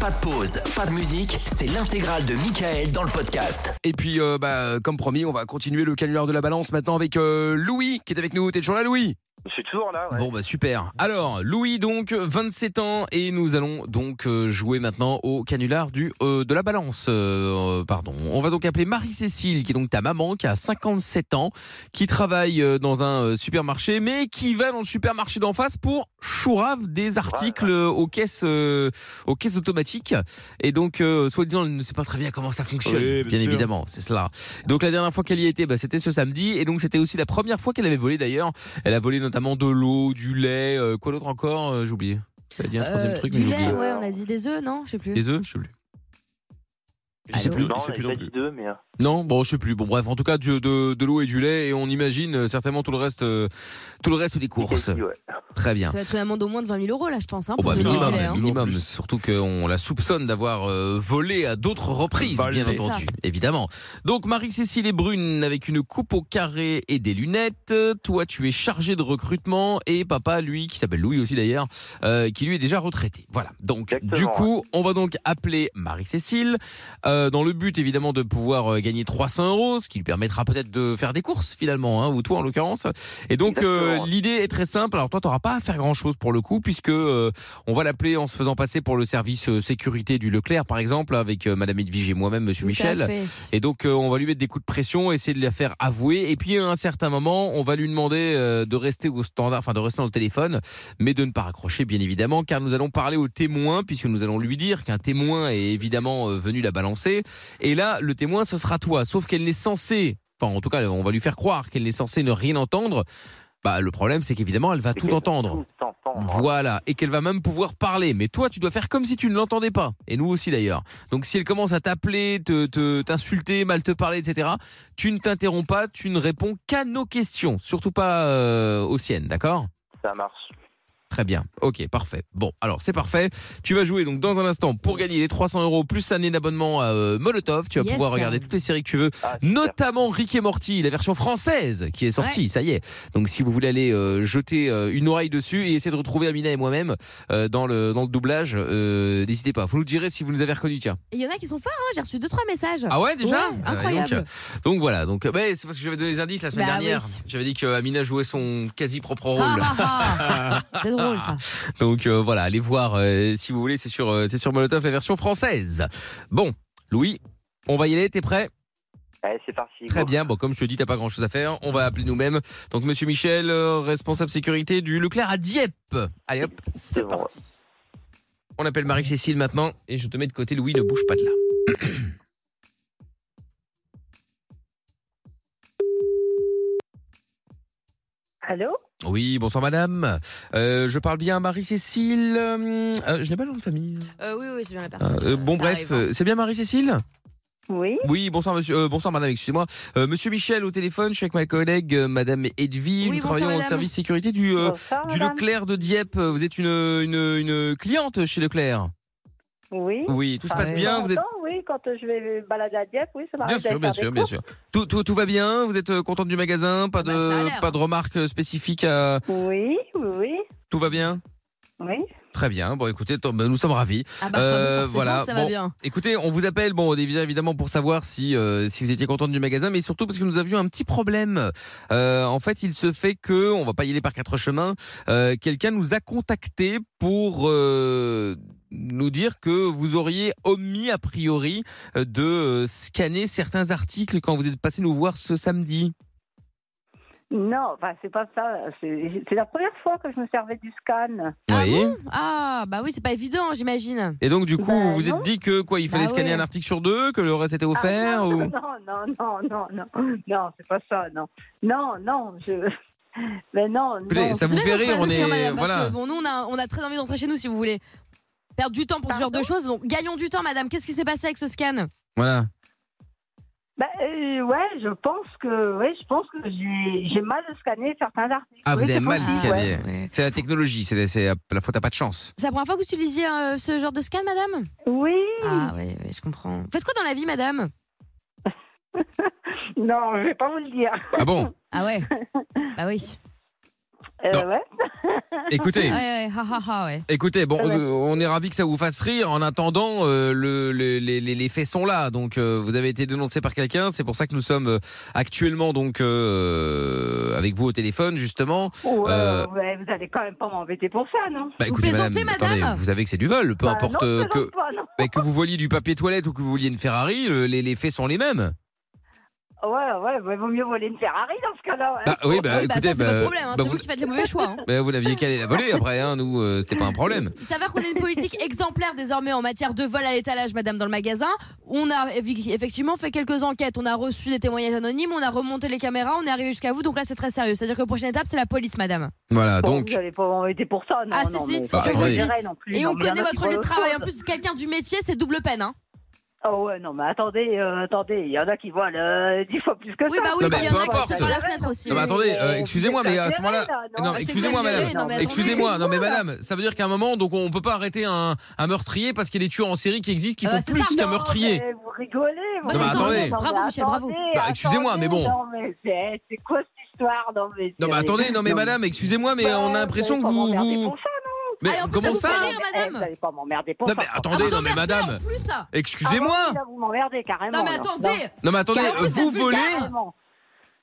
Pas de pause, pas de musique, c'est l'intégrale de Michael dans le podcast. Et puis, euh, bah, comme promis, on va continuer le canular de la balance maintenant avec euh, Louis qui est avec nous. T'es toujours là, Louis Je suis toujours là. ouais. Bon, bah super. Alors, Louis, donc, 27 ans, et nous allons donc euh, jouer maintenant au canular du, euh, de la balance. Euh, euh, pardon. On va donc appeler Marie-Cécile, qui est donc ta maman, qui a 57 ans, qui travaille euh, dans un euh, supermarché, mais qui va dans le supermarché d'en face pour chourave des articles euh, aux caisses, euh, aux caisses automatiques. Et donc, euh, soi-disant, elle ne sait pas très bien comment ça fonctionne. Oui, bien bien sûr. évidemment, c'est cela. Donc, la dernière fois qu'elle y était, bah, c'était ce samedi, et donc, c'était aussi la première fois qu'elle avait volé d'ailleurs. Elle a volé notamment de l'eau, du lait, euh, quoi d'autre encore Euh, J'ai oublié. Elle a dit un troisième Euh, truc, mais du j'ai lait, oublié. ouais, on a dit des œufs, non Je sais plus. Des œufs Je sais plus. Je sais Allô plus, non, je on sais avait plus pas non dit plus. deux, mais euh, Non, bon, je sais plus. Bon, bref, en tout cas, du- de, de l'eau et du lait, et on imagine euh, certainement tout le reste, euh, tout le reste des courses. Casey, ouais. Très bien. Ça va être une amende au moins de 20 000 euros là, je pense. Hein, Oh pour bah le Non, minimum, lait, hein. minimum. plus. Surtout qu'on la soupçonne d'avoir euh, volé à d'autres reprises, Volé. bien entendu, évidemment. Donc Marie-Cécile est brune avec une coupe au carré et des lunettes. Euh, Toi, tu es chargé de recrutement et papa, lui, qui s'appelle Louis aussi d'ailleurs, euh, qui lui est déjà retraité. Voilà. Donc du Exactement, coup, on va donc appeler Marie-Cécile euh, dans le but évidemment de pouvoir euh, gagner 300 euros, ce qui lui permettra peut-être de faire des courses finalement, hein, ou toi en l'occurrence. Et donc euh, Exactement. l'idée est très simple. Alors toi, t'auras pas à faire grand-chose pour le coup, puisque euh, on va l'appeler en se faisant passer pour le service euh, sécurité du Leclerc, par exemple, avec euh, Madame Edwige et moi-même, Monsieur Tout à Michel. fait. Et donc, euh, on va lui mettre des coups de pression, essayer de la faire avouer. Et puis, à un certain moment, on va lui demander euh, de rester au standard, enfin de rester dans le téléphone, mais de ne pas raccrocher, bien évidemment, car nous allons parler au témoin, puisque nous allons lui dire qu'un témoin est évidemment euh, venu la balancer. Et là, le témoin, ce sera toi. Sauf qu'elle n'est censée, enfin, en tout cas, on va lui faire croire qu'elle n'est censée ne rien entendre. Bah, le problème, c'est qu'évidemment, elle va Et tout Casey, entendre. Tout entendre. Voilà, et qu'elle va même pouvoir parler. Mais toi, tu dois faire comme si tu ne l'entendais pas. Et nous aussi d'ailleurs. Donc si elle commence à t'appeler, te- te- t'insulter, mal te parler, etc., tu ne t'interromps pas, tu ne réponds qu'à nos questions. Surtout pas euh, aux siennes, d'accord Ça marche. Très bien. Ok, parfait. Bon, alors c'est parfait. Tu vas jouer donc dans un instant pour gagner les 300 euros plus année d'abonnement à euh, Molotov. Tu vas Yes. pouvoir regarder toutes les séries que tu veux Ah, super. notamment Rick et Morty, la version française qui est sortie, ça y est. Donc si vous voulez aller euh, jeter euh, une oreille dessus et essayer de retrouver Amina et moi-même euh, dans le dans le doublage, euh, n'hésitez pas. Vous nous direz si vous nous avez reconnus, tiens. Et Il y en a qui sont forts, hein, j'ai reçu 2-3 messages. Ah ouais déjà Ouais, Ah, Incroyable. donc, donc voilà, donc euh, ouais, c'est parce que j'avais donné les indices la semaine Bah dernière. oui. J'avais dit que Amina jouait son quasi propre rôle. Ah, ah, ah. C'est drôle ça. Donc euh, voilà, allez voir euh, si vous voulez, c'est sur euh, c'est sur Molotov la version française. Bon, Louis, on va y aller, t'es prêt Allez, c'est parti. Très go. bien. Bon, comme je te dis, t'as pas grand chose à faire. On va appeler nous-mêmes. Donc, monsieur Michel, euh, responsable sécurité du Leclerc à Dieppe. Allez hop, c'est Exactement. parti. On appelle Marie-Cécile maintenant et je te mets de côté. Louis, ne bouge pas de là. Allô Oui, bonsoir madame. Euh, je parle bien à Marie-Cécile. euh, euh, je n'ai pas le nom de famille. Euh, oui, oui, c'est bien la personne. Euh, Ça bon, bref, arrive, hein. euh, c'est bien Marie-Cécile Oui Oui, bonsoir monsieur, euh, bonsoir madame, excusez-moi. Euh, monsieur Michel au téléphone, je suis avec ma collègue euh, madame Edwige. Oui, Nous bonsoir, travaillons au madame. service sécurité du, euh, Bonsoir, du madame. Leclerc de Dieppe. Vous êtes une, une, une cliente chez Leclerc Oui. Oui, tout se Ah, passe oui. bien. Vous êtes Bah, Content, Oui, quand je vais balader à Dieppe, oui, ça bien m'arrive sûr, d'aller bien faire sûr, des bien courses. sûr. Tout, tout, tout va bien. Vous êtes euh, contente du magasin. Pas Ah bah, ça a de l'air. pas de remarques euh, spécifiques. À... Oui, oui, oui. Tout va bien. oui. Très bien. Bon, écoutez, tant- bah, nous sommes ravis. Ah bah, euh, voilà, voilà. Ça va bon. bien. Écoutez, on vous appelle, bon, évidemment pour savoir si euh, si vous étiez contente du magasin, mais surtout parce que nous avions un petit problème. Euh, en fait, il se fait que, on va pas y aller par quatre chemins. euh, Quelqu'un nous a contacté pour euh, nous dire que vous auriez omis a priori euh, de euh, scanner certains articles quand vous êtes passé nous voir ce samedi. Non, enfin, c'est pas ça. C'est c'est la première fois que je me servais du scan. Ah bon Ah, bah oui, c'est pas évident, j'imagine. Et donc du coup, Bah, vous vous non. êtes dit que quoi, il fallait Bah scanner ouais. un article sur deux, que le reste était offert Ah, ou... non, non, non, non, non, non, non, c'est pas ça, non. Non, non, je. Mais non, Écoutez, non. ça vous C'est fait bien rire, qu'on on fasse est madame, parce voilà. que, bon, nous, on a, on a très envie d'entrer chez nous si vous voulez. Perdre du temps pour ce genre de Pardon choses. Donc, gagnons du temps, madame. Qu'est-ce qui s'est passé avec ce scan Voilà. Bah, euh, ouais, je pense que, ouais, je pense que j'ai j'ai mal scanné certains articles. Ah, Oui, vous avez c'est mal possible, ouais. scanné. C'est la technologie, c'est la, c'est la- la faute à pas de chance. C'est la première fois que vous utilisiez euh, ce genre de scan, madame Oui. Ah, ouais, ouais, je comprends. Faites quoi dans la vie, madame Non, je vais pas vous le dire. Ah bon Ah ouais Bah oui. Euh, Non. ouais. Écoutez, Ouais, ouais, ha, ha, ha, ouais. écoutez, bon, Ouais. euh, on est ravi que ça vous fasse rire. En attendant, euh, le- le- les, les- les faits sont là. Donc, euh, vous avez été dénoncé par quelqu'un. C'est pour ça que nous sommes euh, actuellement donc euh, avec vous au téléphone, justement. Oh, Euh, euh, ouais, vous allez quand même pas m'embêter pour ça, non Bah, Vous écoutez, plaisantez, madame attendez, vous savez que c'est du vol, peu Bah, importe non, euh, je que. plaisante pas, non. bah, que vous voliez du papier toilette ou que vous voliez une Ferrari, le- les, les faits sont les mêmes. Ouais, ouais, ouais, vaut mieux voler une Ferrari dans ce cas-là. hein. ouais. Bah oui, bah, Oui, bah, écoutez, ça, c'est bah, votre problème, hein, bah, c'est vous vous, qui faites les mauvais choix. hein. bah, vous l'aviez qu'à aller la voler après, hein, nous, euh, c'était pas un problème. Il s'avère qu'on a une politique exemplaire désormais en matière de vol à l'étalage, madame, dans le magasin. On a évi- effectivement fait quelques enquêtes, on a reçu des témoignages anonymes, on a remonté les caméras, on est arrivé jusqu'à vous, donc là c'est très sérieux. C'est-à-dire que la prochaine étape, c'est la police, madame. Voilà, Bon, bah, donc. Vous allez pas m'embêter pour ça, non Ah, si, non, si, mais Bah, je vous oui. dirai non plus. Et non, on mais il y en a connaît qui votre lieu de volent autre travail. En chose. plus, quelqu'un du métier, c'est double peine. Hein. Oh ouais, non, mais attendez, euh, attendez, il y en a qui volent euh, dix fois plus que Oui, ça. bah oui, Non, mais mais il y peu en a qui importe. sont par la fenêtre aussi. Non, mais oui. attendez, euh, excusez-moi, mais à ce moment-là- non, bah, c'est excusez-moi, exagéré, madame. non, mais attendez. Excusez-moi, non mais madame, ça veut dire qu'à un moment, donc on peut pas arrêter un, un meurtrier parce qu'il y a des tueurs en série qui existent qui Euh, font c'est plus ça. qu'un meurtrier. mais Vous rigolez, vous Non, mais rigolez. attendez. Non, mais Bravo, Michel, bravo. attendez, Bah, excusez-moi, mais attendez, bon. Non, mais c'est c'est quoi cette histoire Non, mais, Non mais c'est- attendez, non mais Non, madame, excusez-moi, mais bah, on a l'impression vous que allez pas vous m'emmerder vous. pour ça, Mais Ah, et en plus, comment ça ça vous fait rire, madame. Eh, Vous allez pas m'emmerder pour Non ça. mais franchement. attendez, Ah, non mais vous emmerdez madame, En plus, là. Ah, excusez-moi. oui, là, vous m'emmerdez carrément. Non, mais là. attendez. Non mais attendez, Euh, Carrément, c'est vous vulgaire. volez Carrément.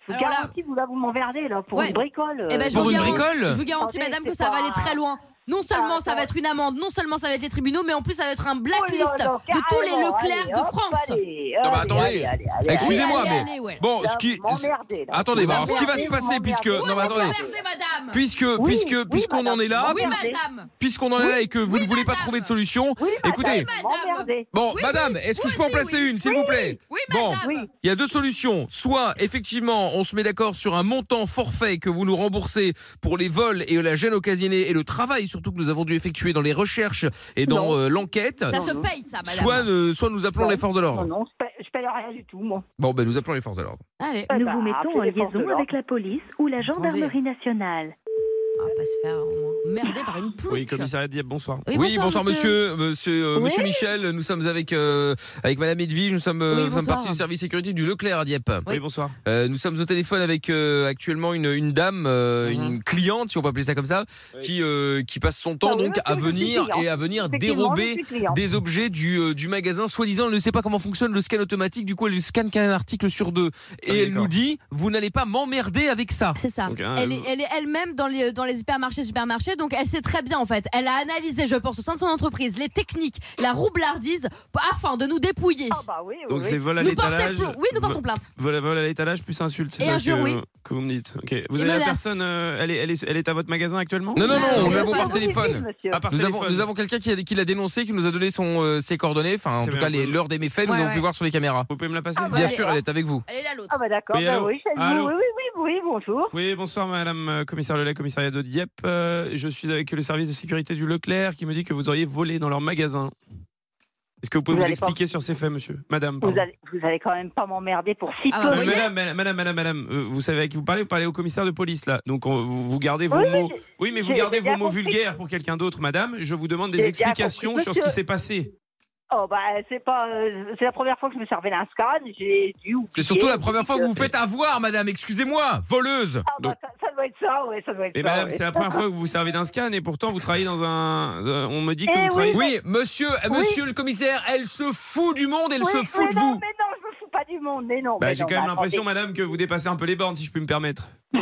Je vous Alors là- garantis, vous là, vous m'emmerdez là pour Ouais. une bricole. euh, Eh ben, je pour vous une garantis- bricole Je vous garantis, Attendez, madame, que c'est ça va pas- Ah, aller très loin. Non seulement ça va attends. être une amende, non seulement ça va être les tribunaux, mais en plus ça va être un blacklist Oh là là, de tous les carrément, Leclerc allez, de hop, France. allez, Non, mais allez, attendez. allez, allez, allez, Excusez-moi, Allez, mais- allez, ouais. Bon, Là, ce qui vous m'emmerdez, là. Attendez, bah, alors, ce qui va se passer, Vous m'emmerdez. puisque- non, mais Vous attendez. emmerdez, madame. puisque Oui, puisque oui, puisqu'on en madame. est là, oui, attendez. madame. puisqu'on en est là et que vous ne voulez pas trouver de solution, Oui, madame, Écoutez. vous m'emmerdez. bon Oui, madame, est-ce que Moi je peux en aussi, placer oui. une s'il vous plaît Oui, Bon. madame. Oui. Il y a deux solutions. Soit, effectivement, on se met d'accord sur un montant forfait que vous nous remboursez pour les vols et la gêne occasionnée et le travail surtout que nous avons dû effectuer dans les recherches et dans Non. euh, l'enquête. Ça Non, se non. paye, ça, madame. Soit, euh, soit nous appelons Non. les forces de Non, l'ordre. non, je paye, je paye rien du tout, moi. Bon, ben nous appelons les forces de l'ordre. Allez. Eh Nous ben, vous mettons en appelez les forces de liaison avec la police ou la gendarmerie nationale. On va pas se faire merder par une plouche. Oui, commissariat Dieppe, bonsoir. Oui, bonsoir, monsieur, monsieur, euh, Oui. monsieur Michel. Nous sommes avec euh, avec Madame Edwige. Nous sommes, euh, nous Oui, sommes bonsoir. partie du service sécurité du Leclerc à Dieppe. Oui. Oui, bonsoir. Euh, nous sommes au téléphone avec euh, actuellement une, une dame, euh, Mhm. une cliente, si on peut appeler ça comme ça, Oui. qui euh, qui passe son temps Ah oui, donc oui, à oui, je suis venir cliente. et à venir Effectivement, je dérober suis cliente. des objets du, euh, du magasin. Soi-disant, elle ne sait pas comment fonctionne le scan automatique. Du coup, elle scanne qu'un article sur deux. Et Ah oui, elle d'accord. nous dit Vous n'allez pas m'emmerder avec ça. C'est ça. Donc, Ah, hein, elle, est, vous- elle est elle-même dans les, dans les hypermarchés, supermarchés, donc elle sait très bien en fait. Elle a analysé, je pense, au sein de son entreprise, les techniques, la roublardise, afin de nous dépouiller. Ah bah oui, oui, Donc oui. c'est vol à nous portons l'étalage. plou- Oui, nous portons Bah. plainte. Vol, vol à l'étalage plus insulte, c'est Et ça injure, que, oui. que vous me dites. Ok. Vous Et avez la menace. personne, euh, elle, est, elle, est, elle est à votre magasin actuellement Non, non, non, Ah, on oui, l'avons oui, par oui, téléphone. monsieur. Ah, par Nous avons, téléphone. nous avons quelqu'un qui, a- qui l'a dénoncé, qui nous a donné son, euh, ses coordonnées, enfin en Très tout bien. cas les- l'heure des méfaits, nous Ouais, avons ouais. pu voir sur les caméras. Vous pouvez me la passer Ah, bah, Bien allez, sûr, elle est avec vous. Elle est là l'autre. Ah bah d'accord, Oui, bah allô oui, chez vous, Allô oui, oui, oui, oui, bonjour. Oui, bonsoir madame euh, commissaire de la commissariat de Dieppe. Euh, je suis avec le service de sécurité du Leclerc qui me dit que vous auriez volé dans leur magasin. Est-ce que vous pouvez Vous vous, allez pas- expliquer sur ces faits, monsieur Madame, Vous pardon. allez, vous allez quand même pas m'emmerder pour si Ah peu. bah Euh, voyez madame, madame, madame, madame, madame, euh, vous savez à qui vous parlez Vous parlez au commissaire de police, là. Donc, on- vous, vous gardez vos Oui, oui, mots. j'ai- Oui, mais vous j'ai- gardez j'ai vos bien mots compris. vulgaires pour quelqu'un d'autre, madame. Je vous demande des J'ai bien explications compris, sur ce qui monsieur. s'est passé. Oh bah c'est pas, euh, c'est la première fois que je me servais d'un scan, j'ai dû oublier. C'est surtout la première fois que vous vous faites avoir, madame, excusez-moi, voleuse. Ah bah, ça, ça doit être ça, ouais, ça doit être Et ça. Eh madame, Bah ouais. c'est la première fois que vous vous servez d'un scan et pourtant vous travaillez dans un. euh, on me dit que Eh vous oui. travaillez. Oui, monsieur, monsieur le commissaire, elle se fout du monde, elle Oui, se fout mais de non, vous. mais non, je me fous pas du monde, mais non. Bah, mais j'ai non, quand même mais l'impression, attendez, madame, que vous dépassez un peu les bornes, si je puis me permettre. Et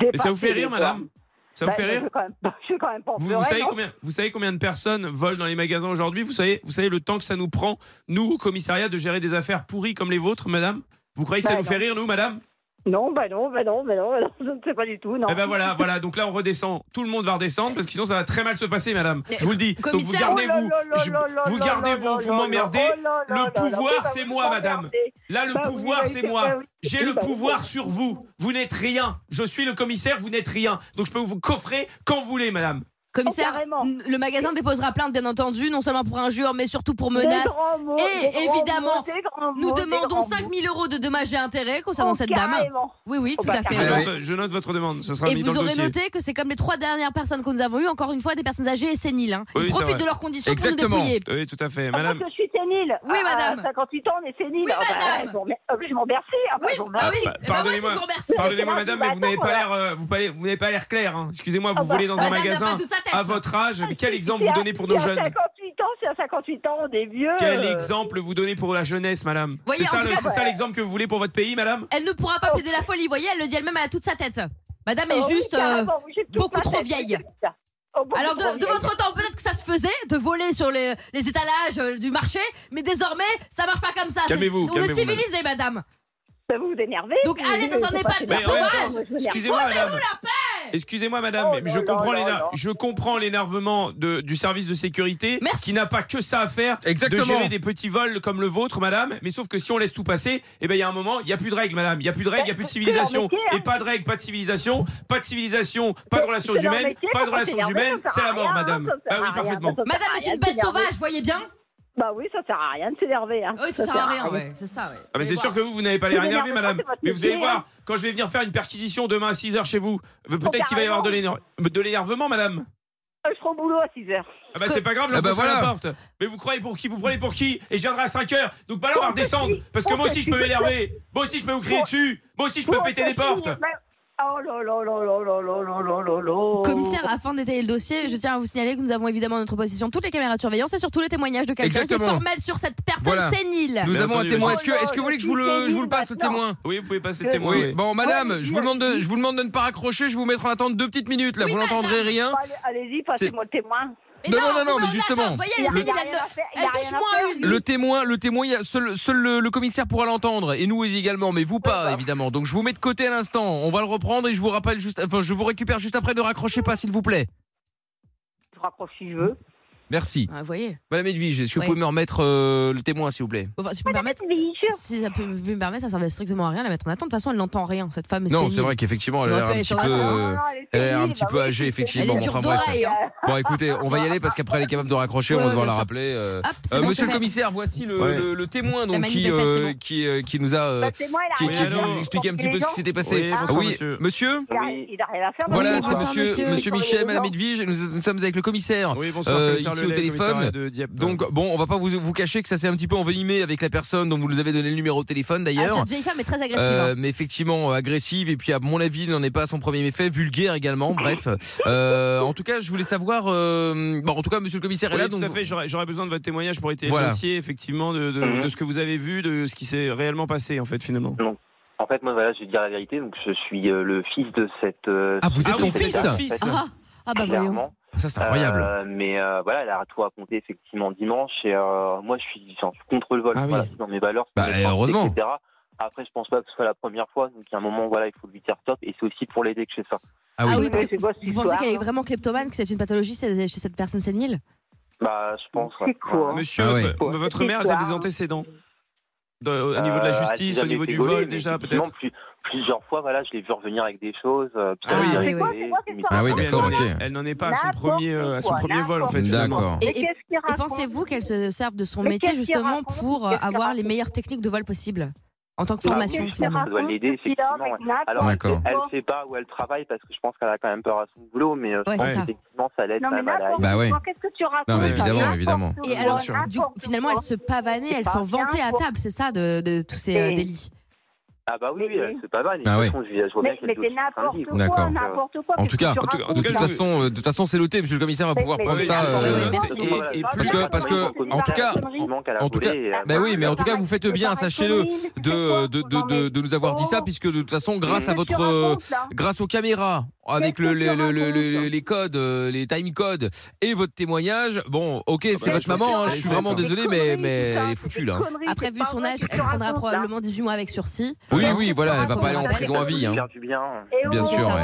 dépassez ça vous fait les rire, bornes. madame Ça vous Bah, fait je rire veux quand même pas- Je suis quand même pas en vous, vous pleurer, savez non combien, vous savez combien de personnes volent dans les magasins aujourd'hui vous savez, vous savez le temps que ça nous prend, nous, au commissariat, de gérer des affaires pourries comme les vôtres, madame Vous croyez que ça Bah, nous fait non. rire, nous, madame Non, bah non, bah non, bah non, bah non, je ne sais pas du tout, non. Eh ben voilà, voilà. Donc là, on redescend. Tout le monde va redescendre parce que sinon, ça va très mal se passer, madame. Je vous le dis. Donc vous Commissaire, gardez Oh là vous, là là je- là là vous là gardez là vous, là vous là Oh m'emmerdez. là là Le là là pouvoir, là là, c'est vous moi, madame. m'emmerdez. Là, le Bah oui, pouvoir, oui, c'est c'est moi. ça, oui. J'ai Oui, le bah oui. pouvoir sur vous. Vous n'êtes rien. Je suis le commissaire. Vous n'êtes rien. Donc je peux vous coffrer quand vous voulez, madame. Commissaire, Oh, carrément. n- le magasin déposera plainte, bien entendu, non seulement pour injure, mais surtout pour menace. Des grands mots, Et des grands évidemment, mots, des grands Nous mots, des demandons grands mots. 5000 euros de dommages et intérêts concernant Oh, cette dame. carrément. Oui, oui, Oh, tout bah, à Je fait. carrément. note, je note votre demande, ça sera Et mis dans vous le aurez dossier. noté que c'est comme les trois dernières personnes que nous avons eues, encore une fois, des personnes âgées et séniles. hein. Ils Oui, ça profitent va. de leurs conditions pour Exactement. nous dépouiller. Oui, tout à fait. Ah, Madame, Parce que je suis sénile. Oui, Ah, madame. à 58 ans, on est sénile. Oui, Ah, bah, madame. je vous remer- euh, je vous remercie. Ah, bah, Oui, je vous ah remercie. oui, bah, eh ben, moi, pardonnez-moi. je vous remercie. pardonnez-moi madame, mais vous n'avez pas Attends, l'air euh, vous parlez- vous n'avez pas l'air clair hein. Excusez-moi, vous Ah bah. voulez dans un Madame n'a magasin pas toute sa tête. à votre âge, mais quel exemple vous C'est à- donnez pour nos c'est à jeunes 58 ans, c'est à 58 ans, on est vieux. Quel euh, exemple vous donnez pour la jeunesse madame Voyez, C'est en ça tout le- cas, c'est ça l'exemple que vous voulez pour votre pays madame Elle ne pourra pas Oh. plaider la folie, vous voyez, elle le dit elle-même, elle a toute sa tête. Madame oh, est oui, juste. euh, carrément, j'ai toute beaucoup ma trop tête, vieille. c'est ça. Oh, beaucoup Alors, de, trop de vieille. votre temps, peut-être que ça se faisait, de voler sur les, les étalages euh, du marché, mais désormais, ça marche pas comme ça. C'est- Calmez-vous, On est calmez-vous, madame. civilisé, madame. Ça vous énervez Donc, vous allez voulez dans un qu'on EHPAD fasse de une- sauvage. Ah, moi, je m'énerve. Excusez-moi madame Excusez-moi madame, Oh mais là je là comprends là l'éner- là. je comprends l'énervement de- du service de sécurité Merci. qui n'a pas que ça à faire Exactement. de gérer des petits vols comme le vôtre madame, mais sauf que si on laisse tout passer, eh ben il y a un moment, il y a plus de règles madame, il y a plus de règles, il y a plus de civilisation métier, hein. et pas de règles, pas de civilisation, pas de civilisation, pas de C'est- relations c'est leur humaines, métier, pas de quand on relations s'énerve, humaines, ça sert c'est à la mort rien, hein, madame. ça sert Bah oui à rien, parfaitement. ça sert Madame à est rien une de bête s'énerver. sauvage, voyez bien Bah oui, ça sert à rien de s'énerver. hein. Oui, ça sert à rien, ouais, c'est ça, ouais. Ah mais c'est Mais sûr bon. que vous, vous n'avez pas l'air Vous énervé, énervez pas, madame. c'est votre Mais vous allez métier, voir, quand je vais venir faire une perquisition demain à 6h chez vous, peut-être qu'il va y avoir de l'éner- de l'énervement, madame. Ah, Je serai au boulot à 6 heures. Ah bah c'est pas grave, je Ah bah vous voilà. la porte. Mais vous croyez pour qui Vous prenez pour qui Et je viendrai à 5h. Donc bah alors, on va redescendre. Parce que moi aussi, je peux m'énerver. Moi aussi, je peux vous crier dessus. Moi aussi, je peux Vous péter des faites portes. une- Oh là là là là là là là là là là. Commissaire, afin d'étayer le dossier, je tiens à vous signaler que nous avons évidemment en notre possession toutes les caméras de surveillance et surtout les témoignages de quelqu'un qui est Exactement. formel sur cette personne Voilà. sénile. Nous Bien avons un entendu, témoin. monsieur. Est-ce que, est-ce que vous voulez que je vous le, je vous le passe le Non. témoin Oui, vous pouvez passer Oui. témoin. Oui. oui. Bon, Oui, madame, je vous oui. demande de, je vous demande de ne pas raccrocher. Je vais vous mettre en attente deux petites minutes. Là, Oui, vous n'entendrez rien. Allez- Allez-y, passez-moi le témoin. Non, non, non, non, mais on justement. attend, Vous voyez, Il y a elle est sénile, rien elle à faire, il y a elle touche rien à moins faire. une. Le témoin, le témoin, il y a seul, seul le, le commissaire pourra l'entendre et nous également, mais vous pas évidemment. Donc je vous mets de côté à l'instant. On va le reprendre et je vous rappelle juste, enfin je vous récupère juste après. Ne raccrochez pas, s'il vous plaît. Je raccroche si je veux. Merci, Ah, vous voyez. Madame Edwige. Est-ce que Oui. vous pouvez me remettre euh, le témoin, s'il vous plaît Enfin, si je peux me permettre. Oui, Ah, sûr. Si ça peut me permettre, ça servait strictement à rien de la mettre en attente. De toute façon, elle n'entend rien, cette femme. Non, sénile. c'est vrai qu'effectivement, elle a Non, l'air tu un es petit sur la peu, droite. euh, elle a l'air un petit peu âgée, bah Elle effectivement. est mais dure enfin, bref. d'oreille. hein. Bon, écoutez, on va y aller parce qu'après elle est capable de raccrocher. Ouais, on va devoir ouais, la rappeler. bien sûr. euh, Hop, c'est Euh, bon, monsieur c'est le fait. commissaire, voici le, Ouais. le- le témoin donc, La manip qui, est faite, euh, c'est bon. qui, euh, qui nous a euh, qui, qui est venu allô. nous expliquer un petit peu ce qui s'était passé. Oui, bonsoir, Ah oui, monsieur. Il a- il a rien à faire. Voilà, Oui, c'est bonsoir, monsieur, monsieur. monsieur, Michel, madame Edwige, et nous, nous sommes avec le commissaire. Oui, bonsoir, Euh, commissaire ici au Lelay, téléphone. commissariat de Dieppe. Donc bon, on va pas vous, vous cacher que ça s'est un petit peu envenimé avec la personne dont vous nous avez donné le numéro de téléphone Ah, d'ailleurs. cette vieille femme est très agressive. Euh, hein. mais effectivement euh, agressive et puis à mon avis il n'en est pas à son premier effet vulgaire également bref Euh, en tout cas je voulais savoir euh, bon en tout cas monsieur le commissaire est là Oui, donc tout à fait, j'aurais j'aurais besoin de votre témoignage pour étayer Voilà. le dossier, effectivement, de, de- Mhm. de ce que vous avez vu, de ce qui s'est réellement passé, en fait, finalement. En fait, moi, voilà, je vais te dire la vérité. Donc, je suis euh, le fils de cette. euh, Ah, vous êtes de son cette fils dame, en fait, ah, ah, bah voyons. clairement. ça c'est incroyable Euh, mais euh, voilà, elle a tout raconté effectivement dimanche. Et euh, moi, je suis, enfin, je suis contre le vol. Ah oui. Voilà, c'est dans mes valeurs. c'est Bah, mes principes, heureusement. etc. Après, je pense pas que ce soit la première fois. Donc, il y a un moment, voilà, il faut lui dire stop. Et c'est aussi pour l'aider que je fais ça. ah oui, Ah oui, parce que c'est quoi cette vous pensez histoire qu'elle est vraiment kleptomane, que c'est une pathologie chez chez cette personne sénile Bah, je pense. ouais. C'est quoi Monsieur, Ah votre, ouais. votre C'est mère quoi, a des hein antécédents De- Au niveau de la Euh, elle justice, s'est au niveau jamais du fait voler, vol, mais déjà, peut-être effectivement, plus- Plusieurs fois, voilà, je l'ai vu revenir avec des choses. euh, puis Ah elle oui, s'est oui, rigolée, oui. C'est quoi, c'est quoi, Ah oui, Mais elle d'accord, n'en est- ok. Elle n'en est pas à son N'importe premier, euh, à son quoi, premier vol, en fait. n'importe finalement. d'accord Et- Mais et- qu'est-ce qu'il Et raconte pensez-vous qu'elle se serve de son Mais métier qu'est-ce qu'il justement raconte pour euh, Qu'est-ce qu'il avoir les raconte Bah, meilleures techniques de vol possibles en tant que Ah, formation oui, je finalement Ça doit l'aider, effectivement, ouais. Alors, D'accord. Elle sait pas où elle travaille parce que je pense qu'elle a quand même peur à son boulot, mais euh, je Ouais, pense c'est ça. effectivement ça l'aide Non, quand mais même à la- n'importe Bah ouais. quoi, qu'est-ce que tu racontes mais ça, évidemment, n'importe évidemment. quoi, Et alors, sûr. du coup, n'importe finalement, quoi. elle se pavanait, C'est elle pas s'en bien, vantait à quoi. table, c'est ça, de, de tous ces euh, Et- délits. Ah bah oui, oui, Oui. c'est pas mal. Et de Ah toute ouais. façon, je, je vois bien Mais, qu'elle mais est c'est au-dessus de son lit, n'importe quoi. D'accord. quoi, n'importe quoi. En qu'est-ce tout cas, que tu en tout- en de tout racontes, cas, toute là je- façon euh, de toute façon c'est noté monsieur le commissaire va Mais- pouvoir mais- prendre mais- ça mais- euh, mais- Bah Et- et- et parce que- parce que- en tout cas- en tout cas- Bah oui, mais en tout cas, vous faites bien, sachez-le, de, de, de, de, de nous avoir dit ça, puisque de toute façon, grâce à votre, euh, grâce aux caméras, avec le, le- le- le- le- les codes, euh, les time codes et votre témoignage, bon, ok, Ah c'est bah, votre je pense maman, que- hein, je suis vraiment désolé, mais, mais elle est foutue là. Après, vu son âge, elle prendra probablement 18 mois avec sursis. Oui, Bah, oui, voilà, elle va pas aller en Bah, prison à vie. Hein. du bien. Bien sûr, ouais. ouais.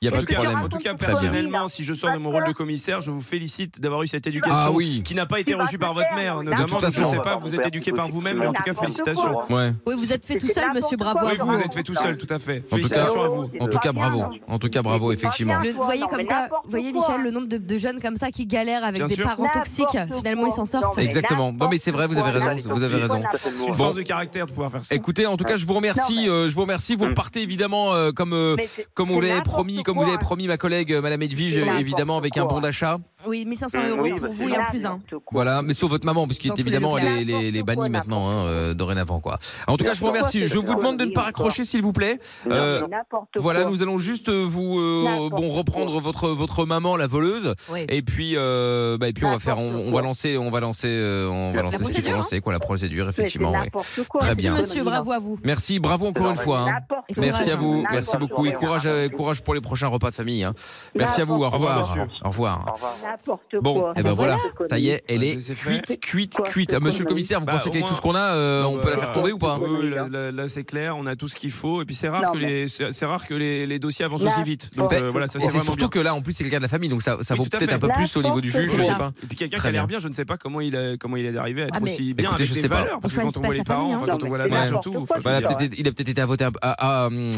Il n'y a pas En de tout cas, problème. En tout cas, Très bien. personnellement, si je sors de mon rôle de commissaire, je vous félicite d'avoir eu cette éducation Ah oui. qui n'a pas été Tu vas reçue te par votre faire, mère, oui. De notamment. toute Je ne façon. sais pas, vous êtes éduqué par vous-même, mais en tout cas, félicitations. Ouais. Oui, vous êtes fait tout seul, monsieur Bravo. Oui, vous vous êtes fait tout seul, tout à fait. En tout cas, Félicitations à vous. en tout cas, bravo. En tout cas, bravo, effectivement. Le- vous voyez Non, comme mais quoi, n'importe vous voyez quoi. Michel, le nombre de, de jeunes comme ça qui galèrent avec Bien des sûr. parents toxiques, N'importe finalement ils s'en quoi. sortent. Non, mais Exactement. Non, mais c'est vrai, vous avez n'importe raison, quoi. vous avez raison. C'est une Bon. force de caractère de pouvoir faire ça. Écoutez, en tout cas, je vous Non, remercie. mais- euh, je vous remercie. Vous Mm. repartez évidemment euh, comme euh, Mais c'est- comme on c'est l'avait n'importe promis, comme quoi, vous avez hein. promis ma collègue euh, Madame Edwige, C'est n'importe évidemment avec un quoi. bon d'achat. Oui, 1500 Mm, euros oui, pour bah, vous c'est et en Là, plus un. n'importe quoi. Voilà, mais sauf votre maman, parce Dans tous les qu'évidemment deux elle cas. est elle est- elle est bannie N'importe quoi, maintenant, hein, euh, dorénavant quoi. En tout cas, je vous N'importe remercie. quoi, Je c'est vous demande de ne pas n'importe quoi. raccrocher, s'il vous plaît. Euh, Mais n'importe quoi. Voilà, nous allons juste euh, vous euh, N'importe bon reprendre votre votre maman la voleuse Oui. et puis euh, bah, et puis on va N'importe faire on, on quoi. va lancer on va lancer euh, on va La lancer ce qu'il faut procédure, lancer quoi la procédure Mais c'est effectivement. ouais. n'importe quoi. Très Merci bien. monsieur, bravo à vous. Merci, bravo encore une fois. hein. N'importe quoi. Merci à vous, N'importe merci beaucoup et quoi. courage, euh, courage pour les prochains repas de famille. hein. Merci à vous, au N'importe revoir, revoir. monsieur. Au revoir. Au revoir. N'importe quoi. Bon, et ben voilà, ça y est, elle Ouais, est c'est fait. cuite, cuite, Quoi, cuite. Ah, cette monsieur le connerie commissaire, vous Bah, pensez au qu'avec moins- tout ce qu'on a, euh, Non, on bah, peut la faire bah, tomber ou pas Oui, oui, là, là- là, c'est clair, on a tout ce qu'il faut. Et puis c'est rare Non, que mais- les, c'est c'est rare que les, les dossiers avancent aussi Là- vite. Donc Ben, euh, voilà, ça Et c'est c'est vraiment surtout bien. que là, en plus, c'est le gars de la famille, donc ça, ça Oui, vaut tout à peut-être fait. un peu Là, plus au niveau du juge, je c'est sais ça. pas. Et puis quelqu'un Très qui a l'air bien. bien, je ne sais pas comment il est comment il est arrivé à être Ah, mais- aussi bien Écoutez, avec je ses sais pas. valeurs. Parce que On quand choisit on pas voit sa les parents, famille, enfin, hein. quand on voit la Non, mère mais- surtout, n'importe faut- Bah, quoi, il a peut-être il a peut-être été avoté un- à- à, hum,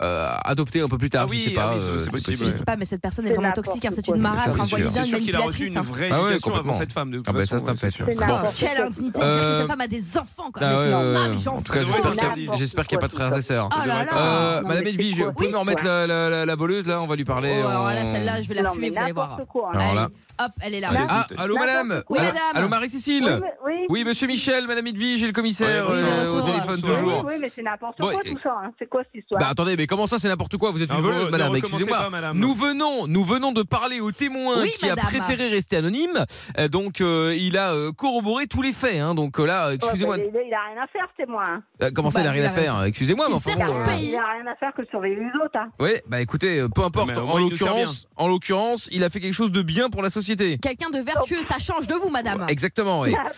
euh, adopté un peu plus tard, Ah je oui, sais pas. ah oui, c'est euh, possible, Je ouais. sais pas, mais cette personne est C'est vraiment n'importe toxique, hein, c'est quoi. une Ça, marastre, c'est hein, voyez sûr. bien, il y C'est sûr a une qu'il a reçu platrice. une hein. vraie Ah ouais, éducation avant complètement. cette femme. De toute Ah bah, ça, façon, c'est un ouais, fait. sûr. C'est Bon. Oh, n'importe Quelle quoi. indignité Euh, de dire que cette femme a des enfants quoi. Ah ouais, Mais non, ouais, mais ouais. j'en En tout fous. cas, j'espère N'importe qu'il y a- j'espère qu'il n'y a pas de quoi, frères et sœurs. Oh là Euh, là Non, mais Madame c'est Edwige, quoi vous pouvez me Oui, remettre quoi. la, la, la, la voleuse là On va lui parler. Oh, alors là, on- celle-là, je vais la Non, mais fumer, vous allez voir. n'importe quoi. hein. Alors là. Allez, hop, elle est là. Ah, Ah, c'est- allô madame Oui, Allô- madame. Allô Marie-Cécile Oui, mais- oui. Oui, monsieur Michel, madame Edwige et le commissaire Ouais, euh, bonjour. au téléphone Bonjour. toujours. Oui, oui, mais c'est n'importe Bon, quoi et- tout ça. hein. C'est quoi cette histoire Bah attendez, mais comment ça c'est n'importe quoi Vous êtes une Ah, vous- voleuse ne madame, recommencez excusez-moi. pas, madame. Nous venons, nous venons de parler au témoin Oui, qui madame. a préféré rester anonyme. Euh, donc euh, il a euh, corroboré tous les faits hein. Donc euh, là, euh, Ouais, excusez-moi. bah, il, il a rien à faire, c'est moi. hein. Euh, Comment ça Oh, Bah, il a rien il à a faire Excusez-moi, Il mais enfin sert Il a, bon, son euh, pays. il a rien à faire que surveiller les autres. hein. Ouais, bah écoutez, euh, peu importe. Mais au En moins, il nous sert l'occurrence, en l'occurrence, il a fait quelque chose de bien pour la société. Quelqu'un de vertueux, ça change de vous, madame. Exactement. oui. N'importe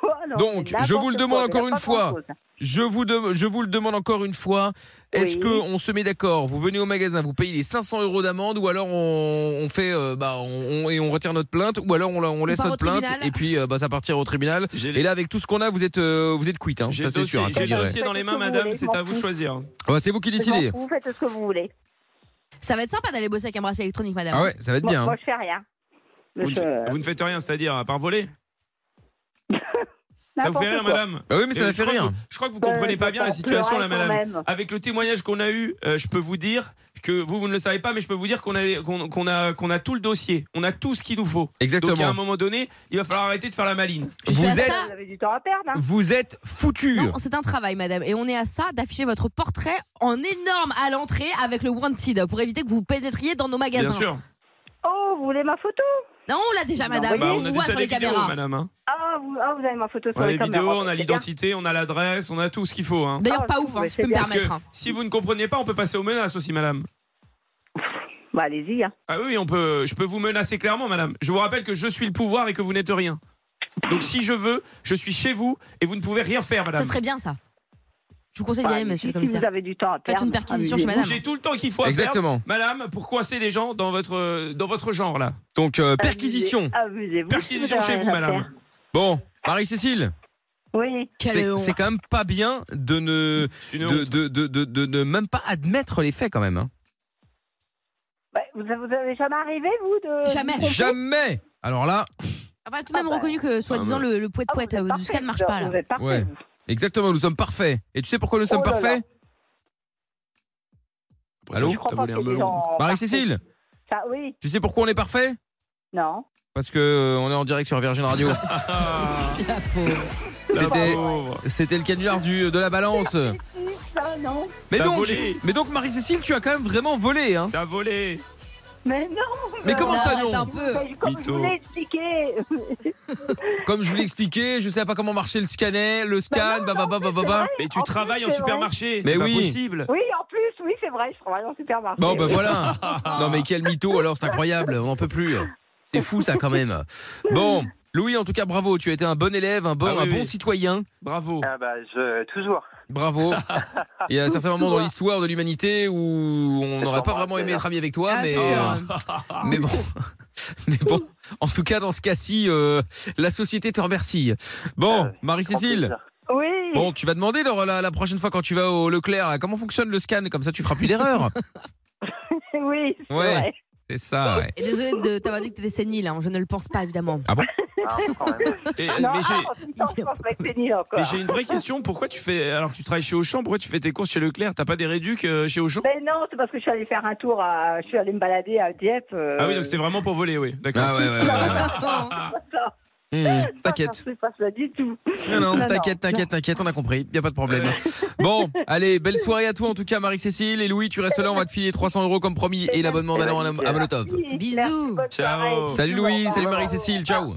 quoi. non, Donc, c'est je vous le n'importe demande quoi, encore mais une pas fois. grand-chose. Je vous, dem- je vous le demande encore une fois. Est-ce Oui. que on se met d'accord Vous venez au magasin, vous payez les 500 euros d'amende, ou alors on, on fait, euh, bah, on, on- et on retire notre plainte, ou alors on, la- on laisse part au notre plainte tribunal. et puis euh, bah, ça partira au tribunal. J'ai Et là, avec tout ce qu'on a, vous êtes, euh, vous êtes quitte, hein, j'ai ça le c'est sûr. dossier- hein, je j'ai le dirais. dossier dans les mains, Faites ce que vous madame. voulez, C'est je à m'en vous de fous. choisir. Ouais, c'est vous qui Je m'en décidez. fous, Vous faites ce que vous voulez. Ça va être sympa d'aller bosser avec un bracelet électronique, madame. Ah ouais, ça va être Moi, bien. hein. moi, je fais rien. euh, Mais Vous je- ne- vous ne faites rien, c'est-à-dire à part voler. Ça vous n'importe fait rien, quoi. madame Bah oui, mais Et ça ne je fait crois rien. que- Je crois que vous Ben, comprenez pas je bien la sens situation, là, pleurer quand madame. même. Avec le témoignage qu'on a eu, euh, je peux vous dire que vous, vous ne le savez pas, mais je peux vous dire qu'on a, qu'on qu'on a, qu'on a tout le dossier. On a tout ce qu'il nous faut. Donc, à un Exactement. moment donné, il va falloir arrêter de faire la maline. Je suis Vous à êtes- ça- Vous avez du temps à perdre. hein. Vous êtes foutu. Non, c'est un travail, madame. Et on est à ça d'afficher votre portrait en énorme à l'entrée avec le Wanted pour éviter que vous pénétriez dans nos magasins. Bien sûr. Oh, vous voulez ma photo Non, on l'a déjà, Non, madame. oui. Bah, Ah on on a voit déjà sur les les vidéos, caméras. madame. hein. ah vous, ah, vous avez ma photo sur On a les les caméras. bah, vidéos, on a C'est bien. l'identité, on a l'adresse, on a tout ce qu'il faut. hein. D'ailleurs, Ah, pas je ouf, hein, trouve, je c'est peux me bien. Parce que permettre. hein. si vous ne comprenez pas, on peut passer aux menaces aussi, madame. Bah, allez-y. hein. Ah oui, on peut, je peux vous menacer clairement, madame. Je vous rappelle que je suis le pouvoir et que vous n'êtes rien. Donc si je veux, je suis chez vous et vous ne pouvez rien faire, Ça madame. serait bien, ça. Je vous conseille d'y Bah, aller, monsieur si, le Si vous commissaire. avez du temps à perdre. Faites une perquisition amusez-vous. chez madame. J'ai tout le temps qu'il faut à perdre, Exactement. madame, pour coincer les gens dans votre, euh, dans votre genre, là. Donc euh, Amusez- perquisition. Amusez-vous. Perquisition si chez avez vous, rien à faire. madame. Bon, Marie-Cécile, Oui. Quelle c'est c'est honte. quand même pas bien de ne C'est une de, honte. de, de, de, de- de même pas admettre les faits quand même. hein. Bah, vous, avez, vous avez jamais arrivé, vous de... Jamais. vous comprenez Jamais. Alors là, Enfin, elle a tout de même Ah bah. reconnu que, soi-disant, Ah le, le Ah, vous pouet-pouet êtes euh, du parfait, Scan ne marche pas, là. Vous êtes parfait, Ouais. vous. exactement, nous sommes parfaits. Et tu sais pourquoi nous sommes Oh là parfaits Allô Je crois T'as pas volé un que les melon. gens- Marie-Cécile, Ça, oui. tu sais pourquoi on est parfait Non. Parce que euh, on est en direct sur Virgin Radio. Ah, La pauvre. C'était pauvre. c'était le canular du de la balance. Ça, non. Mais T'as donc volé. mais donc Marie-Cécile, tu as quand même vraiment volé hein. T'as volé. Mais Euh, non. Mais comment Non, ça arrête non un peu. Mais Comme je Mytho. vous l'ai expliqué. Comme je vous l'ai expliqué, je savais pas comment marcher le scanner, le scan, bah bah bah bah bah. bah. Mais tu En plus, travailles en c'est supermarché, Mais c'est oui. pas possible. Oui, en plus, oui, c'est vrai, je travaille en supermarché. Bon bah oui. voilà. Non mais quel mytho alors, c'est incroyable, on n'en peut plus. C'est fou ça quand même. Bon, Louis, en tout cas, bravo. Tu as été un bon élève, un bon, Ah oui, un bon oui. citoyen. Bravo. Ah bah, je, toujours. Bravo. Il y a certains moments dans l'histoire de l'humanité où on n'aurait pas vraiment aimé être ami avec toi, Ah, mais, c'est euh, mais bon. Mais bon, en tout cas, dans ce cas-ci, euh, la société te remercie. Bon, Ah oui, Marie-Cécile, Oui. bon, tu vas demander leur- la, la prochaine fois quand tu vas au Leclerc là, comment fonctionne le scan, comme ça tu feras plus d'erreurs. Oui. c'est Ouais. vrai. C'est ça, ah ouais. Et désolé de t'avoir dit que t'étais sénile, hein. je ne le pense pas évidemment. Ah, quand même. Et- Non, Euh, mais j'ai- ah, putain, je pense pas que c'est nul encore. mais j'ai une vraie question. Pourquoi tu fais. Alors, que tu travailles chez Auchan, pourquoi tu fais tes courses chez Leclerc T'as pas des réducs euh, chez Auchan Ben non, c'est parce que je suis allée faire un tour à. Je suis allée me balader à Dieppe. euh, Ah oui, donc c'était vraiment pour voler, oui. D'accord. Ah ouais, ouais, ouais, ouais. Hum, Ça, T'inquiète. c'est pas ça du tout. Non, non, Non, non. t'inquiète, t'inquiète, t'inquiète, on a compris, y a pas de problème. Bon, allez, belle soirée à toi en tout cas, Marie-Cécile et Louis, tu restes là, on va te filer 300 euros comme promis et l'abonnement d'un an à la- à Molotov. Bisous. Bonne Ciao. soirée. Salut Louis, salut Marie-Cécile, ciao.